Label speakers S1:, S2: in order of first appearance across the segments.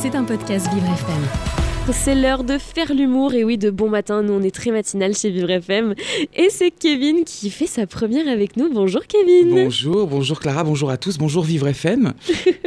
S1: C'est un podcast Vivre FM.
S2: C'est l'heure de faire l'humour et oui de bon matin, nous on est très matinal chez Vivre FM et c'est Kevin qui fait sa première avec nous. Bonjour Kevin.
S3: Bonjour, bonjour Clara, bonjour à tous, bonjour Vivre FM.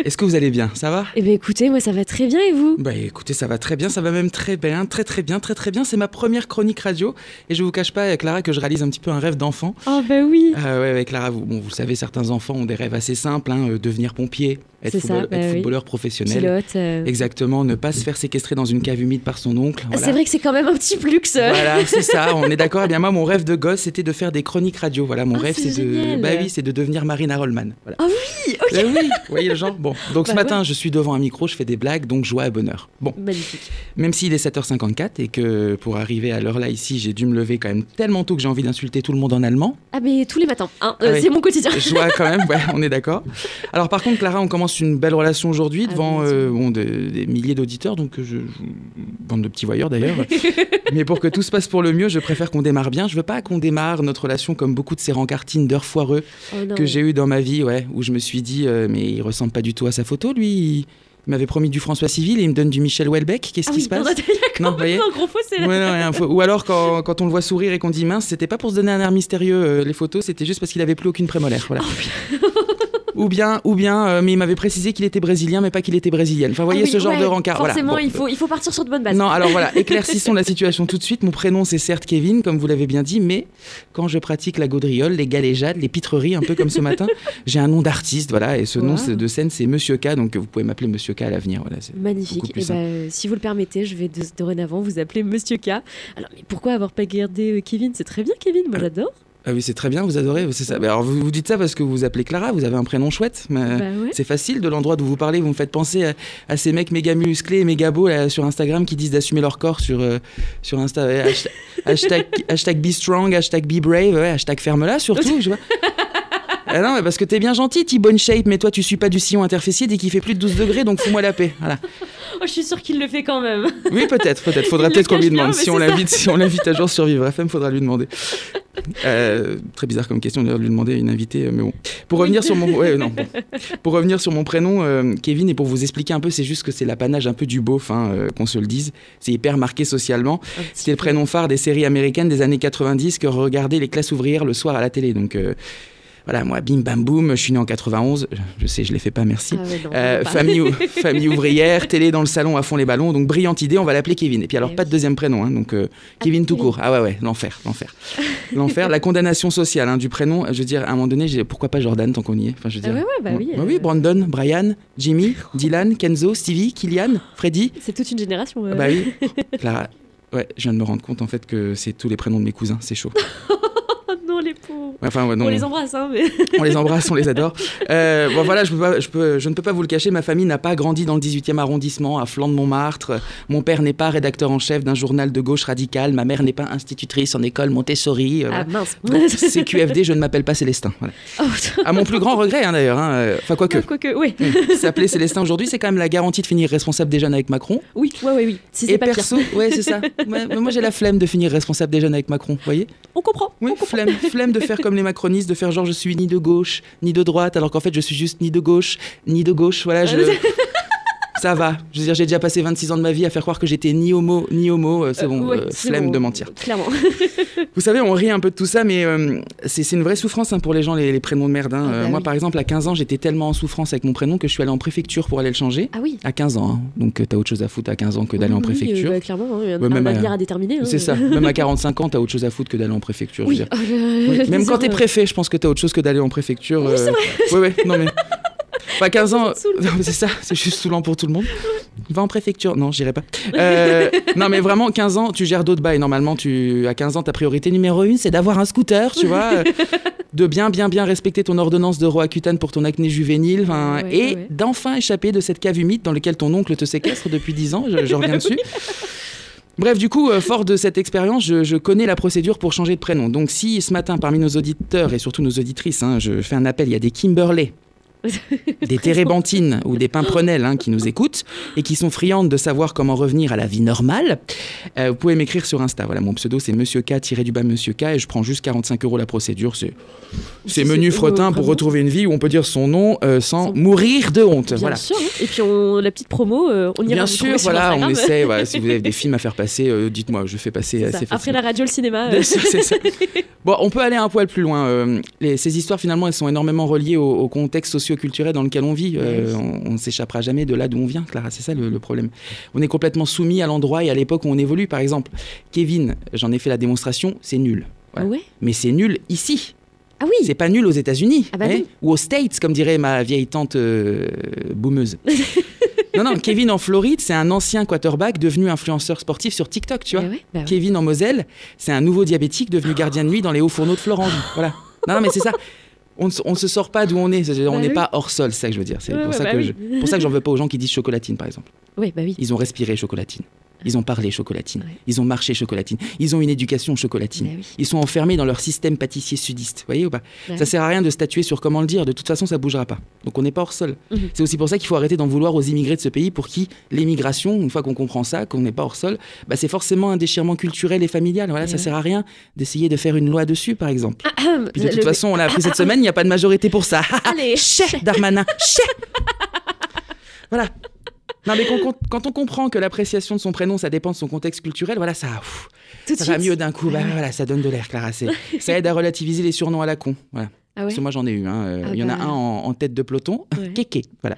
S3: Est-ce que vous allez bien Ça va
S2: Eh bien écoutez, moi ça va très bien et vous
S3: Bah écoutez, ça va très bien, ça va même très bien, très très bien, très très bien. C'est ma première chronique radio et je vous cache pas, Clara, que je réalise un petit peu un rêve d'enfant.
S2: Ah bah oui.
S3: Ah ouais, ouais, Clara, vous, bon, vous le savez, certains enfants ont des rêves assez simples, hein, euh, devenir pompier, être,
S2: C'est ça,
S3: football-
S2: bah
S3: être
S2: oui.
S3: footballeur professionnel.
S2: Pilote. euh.
S3: Exactement, ne pas se faire séquestrer dans une cave humide par son oncle.
S2: Ah, C'est
S3: voilà.
S2: vrai que c'est quand même un petit plus que ça.
S3: Voilà, c'est ça, on est d'accord. Eh bien, moi, mon rêve de gosse, c'était de faire des chroniques radio. Voilà, mon
S2: Ah,
S3: rêve,
S2: c'est
S3: c'est de.
S2: génial.
S3: Bah oui, c'est de devenir Marina Rollman. Voilà.
S2: Ah
S3: oui, ok. oui, vous voyez le genre Bon, donc ce
S2: Bah
S3: matin, je suis devant un micro, je fais des blagues, donc joie à bonheur. Bon,
S2: Magnifique.
S3: même s'il est 7h54 et que pour arriver à l'heure là, ici, j'ai dû me lever quand même tellement tôt que j'ai envie d'insulter tout le monde en allemand.
S2: Ah mais tous les matins, hein, euh,
S3: Ah oui.
S2: c'est mon quotidien.
S3: Joie quand même, ouais, on est d'accord. Alors par contre, Clara, on commence une belle relation aujourd'hui
S2: Ah
S3: devant
S2: oui,
S3: euh, bon, des, des milliers d'auditeurs, donc euh, je, je- bande de petits voyeurs d'ailleurs. Mais pour que tout se passe pour le mieux, je préfère qu'on démarre bien. Je veux pas qu'on démarre notre relation comme beaucoup de ces rencartines d'heures foireux
S2: Oh non.
S3: que j'ai eu dans ma vie, ouais, où je me suis dit, euh, mais il ressemble pas du tout à sa photo, lui. Il, il m'avait promis du François Civil et il me donne du Michel Houellebecq. Qu'est-ce
S2: Ah
S3: qui
S2: oui,
S3: se passe
S2: pardon, il y a
S3: Non, vous voyez
S2: complètement un gros fossé là.
S3: Ouais, non, ouais, un faux- Ou alors quand, quand on le voit sourire et qu'on dit mince, c'était pas pour se donner un air mystérieux euh, les photos, c'était juste parce qu'il avait plus aucune prémolaire. Voilà. ou bien, ou bien, euh, mais il m'avait précisé qu'il était brésilien, mais pas qu'il était brésilienne. Enfin, vous voyez
S2: Ah oui,
S3: ce genre
S2: ouais,
S3: de rencard. Voilà.
S2: Forcément,
S3: Bon.
S2: il, faut, il faut partir sur de bonnes bases.
S3: Non, alors voilà, éclaircissons la situation tout de suite. Mon prénom, c'est certes Kevin, comme vous l'avez bien dit, mais quand je pratique la gaudriole, les galéjades, les pitreries, un peu comme ce matin, j'ai un nom d'artiste, voilà, et ce nom
S2: Wow.
S3: c'est- de scène, c'est Monsieur K, donc vous pouvez m'appeler Monsieur K à l'avenir, voilà. c'est- Beaucoup
S2: Magnifique.
S3: plus
S2: Et
S3: simple.
S2: si vous le permettez, je vais de- dorénavant vous appeler Monsieur K. Alors, mais pourquoi avoir pas gardé euh, Kevin C'est très bien, Kevin. Moi, j'adore.
S3: Ah oui, c'est très bien, vous adorez, c'est ça. Bah, Alors vous vous dites ça parce que vous vous appelez Clara, vous avez un prénom chouette, mais
S2: Bah ouais.
S3: c'est facile de l'endroit d'où vous parlez, vous me faites penser à, à ces mecs méga musclés et méga beaux là, sur Instagram qui disent d'assumer leur corps sur, euh, sur Insta. ouais, hashtag, hashtag, hashtag be strong, hashtag be brave, ouais, hashtag ferme-la surtout, je vois. Ah non, mais parce que t'es bien gentil, t'es bonne shape, mais toi tu suis pas du sillon interfécier dès qu'il fait plus de 12 degrés, donc fous-moi la paix. Voilà.
S2: Oh, je suis sûre qu'il le fait quand même.
S3: Oui, peut-être, peut-être. Faudra
S2: Il
S3: peut-être
S2: le
S3: qu'on lui
S2: cache bien,
S3: demande.
S2: mais
S3: Si on
S2: c'est
S3: l'invite, si on l'invite à jour sur Vivre FM, faudra lui demander. Euh, très bizarre comme question d'ailleurs de lui demander à une invitée, euh, mais bon. Pour
S2: Oui.
S3: revenir sur mon, ouais, non, bon. pour revenir sur mon prénom, euh, Kevin, et pour vous expliquer un peu, c'est juste que c'est l'apanage un peu du beauf, hein, euh, qu'on se le dise. C'est hyper marqué socialement. C'était le prénom phare des séries américaines des années 90 que regardaient les classes ouvrières le soir à la télé. Donc euh, voilà, moi, bim bam boum, je suis né en 91. Je- Je sais, je l'ai fait pas, merci.
S2: Ah ouais, non,
S3: Euh,
S2: pas.
S3: famille, ou- famille ouvrière, télé dans le salon à fond les ballons, donc brillante idée, on va l'appeler Kevin. Et puis alors
S2: Eh
S3: pas de deuxième prénom, hein, donc euh, Kevin tout
S2: Kevin.
S3: court. Ah ouais ouais, l'enfer, l'enfer, l'enfer. La condamnation sociale hein, du prénom, je veux dire à un moment donné, j'ai- pourquoi pas Jordan tant qu'on y est. Enfin je veux
S2: Ah
S3: dire.
S2: ouais, ouais, bah oui.
S3: Ouais,
S2: euh,
S3: oui, Brandon, Brian, Jimmy, Dylan, Kenzo, Stevie, Kylian, Freddy.
S2: C'est toute une génération.
S3: Ah
S2: euh.
S3: Bah oui, Clara. Ouais, je viens de me rendre compte en fait que c'est tous les prénoms de mes cousins, c'est chaud.
S2: Oh non, les pauvres.
S3: Enfin ouais, non.
S2: On les embrasse, hein, mais.
S3: On les embrasse, on les adore. Euh, bon, voilà, je, peux pas- je, peux- je ne peux pas vous le cacher, ma famille n'a pas grandi dans le 18e arrondissement, à flanc de Montmartre. Mon père n'est pas rédacteur en chef d'un journal de gauche radicale. Ma mère n'est pas institutrice en école Montessori. euh,
S2: Ah mince.
S3: voilà. Donc, CQFD, je ne m'appelle pas Célestin. voilà.
S2: Oh,
S3: À mon plus grand regret, hein, d'ailleurs. hein, euh, Enfin, quoique.
S2: Quoique, ouais.
S3: Hmm, S'appeler Célestin aujourd'hui, c'est quand même la garantie de finir responsable des jeunes avec Macron.
S2: Oui, ouais, ouais, oui. Si c'est
S3: Et
S2: pas pire.
S3: perso, ouais, c'est ça. Ouais, mais moi, j'ai la flemme de finir responsable des jeunes avec Macron, vous voyez
S2: On comprend.
S3: oui, Oh, flemme, flemme de faire comme les macronistes, de faire genre je suis ni de gauche, ni de droite, alors qu'en fait je suis juste ni de gauche, ni de gauche. Voilà, je. Ça va. Je veux dire, j'ai déjà passé 26 ans de ma vie à faire croire que j'étais ni homo, ni homo. euh, c'est
S2: Euh,
S3: bon,
S2: ouais,
S3: euh,
S2: c'est
S3: flemme
S2: bon,
S3: de mentir.
S2: Clairement.
S3: Vous savez, on rit un peu de tout ça, mais euh, c'est c'est une vraie souffrance hein, pour les gens, les, les prénoms de merde. hein.
S2: Ah bah
S3: Euh, moi,
S2: oui.
S3: par exemple, à 15 ans, j'étais tellement en souffrance avec mon prénom que je suis allé en préfecture pour aller le changer.
S2: Ah oui.
S3: À 15 ans, hein. donc euh, t'as autre chose à foutre à 15 ans que d'aller en
S2: Oui, oui,
S3: préfecture.
S2: euh, bah, clairement, hein, un,
S3: Ouais,
S2: un
S3: même à-
S2: avenir à déterminer. hein.
S3: c'est ça. Même à 45 ans, t'as autre chose à foutre que d'aller en préfecture. je veux
S2: Oui.
S3: dire.
S2: oh, le- le
S3: Oui, Même quand
S2: désir,
S3: t'es
S2: euh,
S3: préfet, je pense que t'as autre chose que d'aller en préfecture.
S2: Oui, c'est
S3: vrai. Ouais, ouais, non mais. Pas 15 ans.
S2: Ça te
S3: Non, mais C'est ça, c'est juste saoulant pour tout le monde. Va en préfecture. Non, j'irai pas. Euh, non, mais vraiment, 15 ans, tu gères d'autres bails. Normalement, tu, à 15 ans, ta priorité numéro une, c'est d'avoir un scooter, tu vois. euh, de bien, bien, bien respecter ton ordonnance de Roaccutane pour ton acné juvénile. enfin,
S2: Ouais, ouais,
S3: et
S2: ouais.
S3: d'enfin échapper de cette cave humide dans laquelle ton oncle te séquestre depuis 10 ans. Je, je reviens dessus. Bref, du coup, euh, fort de cette expérience, je, je connais la procédure pour changer de prénom. Donc, si ce matin, parmi nos auditeurs et surtout nos auditrices, hein, je fais un appel, il y a des Kimberley, des térébenthines ou des pimprenelles hein, qui nous écoutent et qui sont friandes de savoir comment revenir à la vie normale, euh, vous pouvez m'écrire sur Insta. Voilà, mon pseudo c'est Monsieur K tiré du bas Monsieur K et je prends juste 45 euros la procédure. C'est, c'est menu fretin pour retrouver une vie où on peut dire son nom euh, sans, sans mourir de honte.
S2: Bien
S3: voilà.
S2: sûr. hein. Et puis on, la petite promo, euh, on ira
S3: Bien
S2: vous
S3: sûr,
S2: trouver sur
S3: voilà, on
S2: Instagram.
S3: essaie. voilà, si vous avez des films à faire passer, euh, dites-moi, je fais passer
S2: C'est ça.
S3: assez
S2: Après
S3: facilement.
S2: la radio, le cinéma. euh,
S3: Bien sûr, c'est ça. Bon, on peut aller un poil plus loin. euh, les- ces histoires, finalement, elles sont énormément reliées au, au contexte socio-culturel dans lequel on vit. Euh, on on ne s'échappera jamais de là d'où on vient, Clara. C'est ça le, le problème. On est complètement soumis à l'endroit et à l'époque où on évolue. Par exemple, Kevin, j'en ai fait la démonstration, c'est nul. Voilà.
S2: Ouais.
S3: Mais c'est nul ici.
S2: Ah oui.
S3: C'est pas nul aux États-Unis hein,
S2: Ah bah non.
S3: ou aux States, comme dirait ma vieille tante euh, boumeuse. non, non, Kevin en Floride, c'est un ancien quarterback devenu influenceur sportif sur TikTok, tu vois.
S2: Bah ouais, bah ouais.
S3: Kevin en Moselle, c'est un nouveau diabétique devenu gardien de nuit dans les hauts fourneaux de Florence. Voilà. Non, non, mais c'est ça. On ne s- on ne se sort pas d'où on est. C'est-à-dire,
S2: Bah
S3: on n'est
S2: oui.
S3: pas hors sol, c'est ça que je veux dire. C'est
S2: Ouais,
S3: pour,
S2: ouais,
S3: ça
S2: bah
S3: que
S2: oui.
S3: je- pour ça que j'en veux pas aux gens qui disent chocolatine, par exemple.
S2: Ouais, bah oui.
S3: Ils ont respiré chocolatine. Ils ont parlé chocolatine.
S2: Ouais.
S3: Ils ont marché chocolatine. Ils ont une éducation chocolatine.
S2: Bah oui.
S3: Ils sont enfermés dans leur système pâtissier sudiste. Vous voyez ou pas
S2: Bah
S3: Ça
S2: oui.
S3: sert à rien de statuer sur comment le dire. De toute façon, ça bougera pas. Donc on n'est pas hors sol.
S2: Mhm.
S3: C'est aussi pour ça qu'il faut arrêter d'en vouloir aux immigrés de ce pays pour qui l'émigration, une fois qu'on comprend ça, qu'on n'est pas hors sol, bah, c'est forcément un déchirement culturel et familial. Voilà,
S2: Et
S3: ça
S2: ouais.
S3: sert à rien d'essayer de faire une loi dessus, par exemple.
S2: Ahem,
S3: Puis Ah, de
S2: Ah, le-
S3: toute ah, façon, on l'a appris cette semaine, il n'y a pas de majorité pour ça.
S2: Allez.
S3: Chais, Darmanin, chais Voilà. Non, mais quand, quand- quand on comprend que l'appréciation de son prénom, ça dépend de son contexte culturel, voilà, ça, ouf,
S2: Tout de
S3: ça va
S2: suite.
S3: mieux d'un coup. Bah, voilà, ça donne de l'air, Clara. c'est- Ça aide à relativiser les surnoms à la con. Voilà.
S2: Ah ouais.
S3: Parce que moi j'en ai eu. hein, euh,
S2: Ah
S3: Il y en a
S2: bah.
S3: un en, en tête de peloton,
S2: Ouais. Ah.
S3: Kéké, voilà.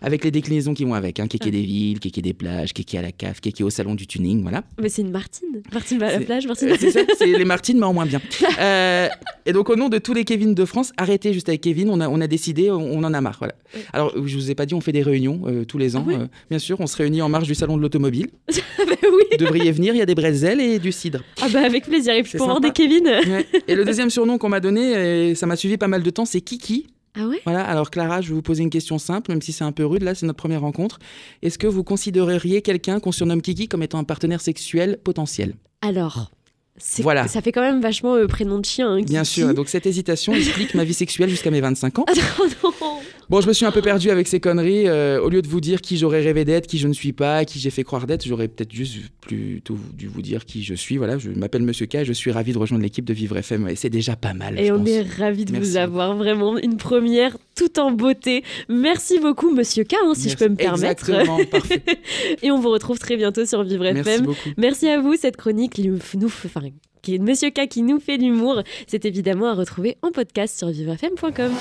S3: Avec les déclinaisons qui vont avec, hein, Kéké des villes, Kéké des plages, Kéké à la cave, Kéké au salon du tuning, voilà.
S2: Ah, Mais c'est une Martine. Martine va à la
S3: C'est-
S2: plage, Martine.
S3: Euh, c'est ça, c'est les Martines, mais en moins bien. Euh, et donc au nom de tous les Kevin de France, arrêtez juste avec Kevin, on a, on a décidé, on, on en a marre, voilà. Alors je vous ai pas dit, on fait des réunions euh, tous les ans,
S2: Ah ouais
S3: euh, bien sûr, on se réunit en marge du salon de l'automobile.
S2: Ah bah oui.
S3: Vous devriez venir, il y a des bretzels et du cidre.
S2: Ah bah avec plaisir. Et puis
S3: C'est
S2: pour avoir
S3: sympa.
S2: des Kevin.
S3: Ouais. Et le deuxième surnom qu'on m'a donné, euh, ça m'a suivi pas mal de temps, c'est Kiki.
S2: Ah ouais.
S3: Voilà, alors Clara, je vais vous poser une question simple, même si c'est un peu rude, là c'est notre première rencontre. Est-ce que vous considéreriez quelqu'un qu'on surnomme Kiki comme étant un partenaire sexuel potentiel
S2: Alors. c'est-
S3: Voilà.
S2: Ça fait quand même vachement euh, prénom de chien. hein,
S3: Bien
S2: Kiki.
S3: sûr, donc cette hésitation explique ma vie sexuelle jusqu'à mes 25 ans.
S2: Ah non, non.
S3: Bon, je me suis un peu perdu avec ces conneries. euh, au lieu de vous dire qui j'aurais rêvé d'être, qui je ne suis pas, qui j'ai fait croire d'être, j'aurais peut-être juste plutôt dû vous dire qui je suis. Voilà, je m'appelle Monsieur K, je suis ravi de rejoindre l'équipe de Vivre FM et c'est déjà pas mal.
S2: Et
S3: je
S2: on
S3: pense.
S2: est ravis de vous
S3: Merci.
S2: avoir vraiment une première tout en beauté. Merci beaucoup, Monsieur K, hein, si je peux me permettre.
S3: Exactement, parfait.
S2: Et on vous retrouve très bientôt sur Vivre
S3: Merci
S2: FM.
S3: beaucoup.
S2: Merci à vous, cette chronique lui- nous, enfin, qui est de Monsieur K qui nous fait l'humour. C'est évidemment à retrouver en podcast sur vivrefm.com.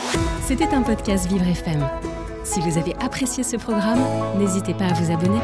S1: C'était un podcast Vivre FM. Si vous avez apprécié ce programme, n'hésitez pas à vous abonner.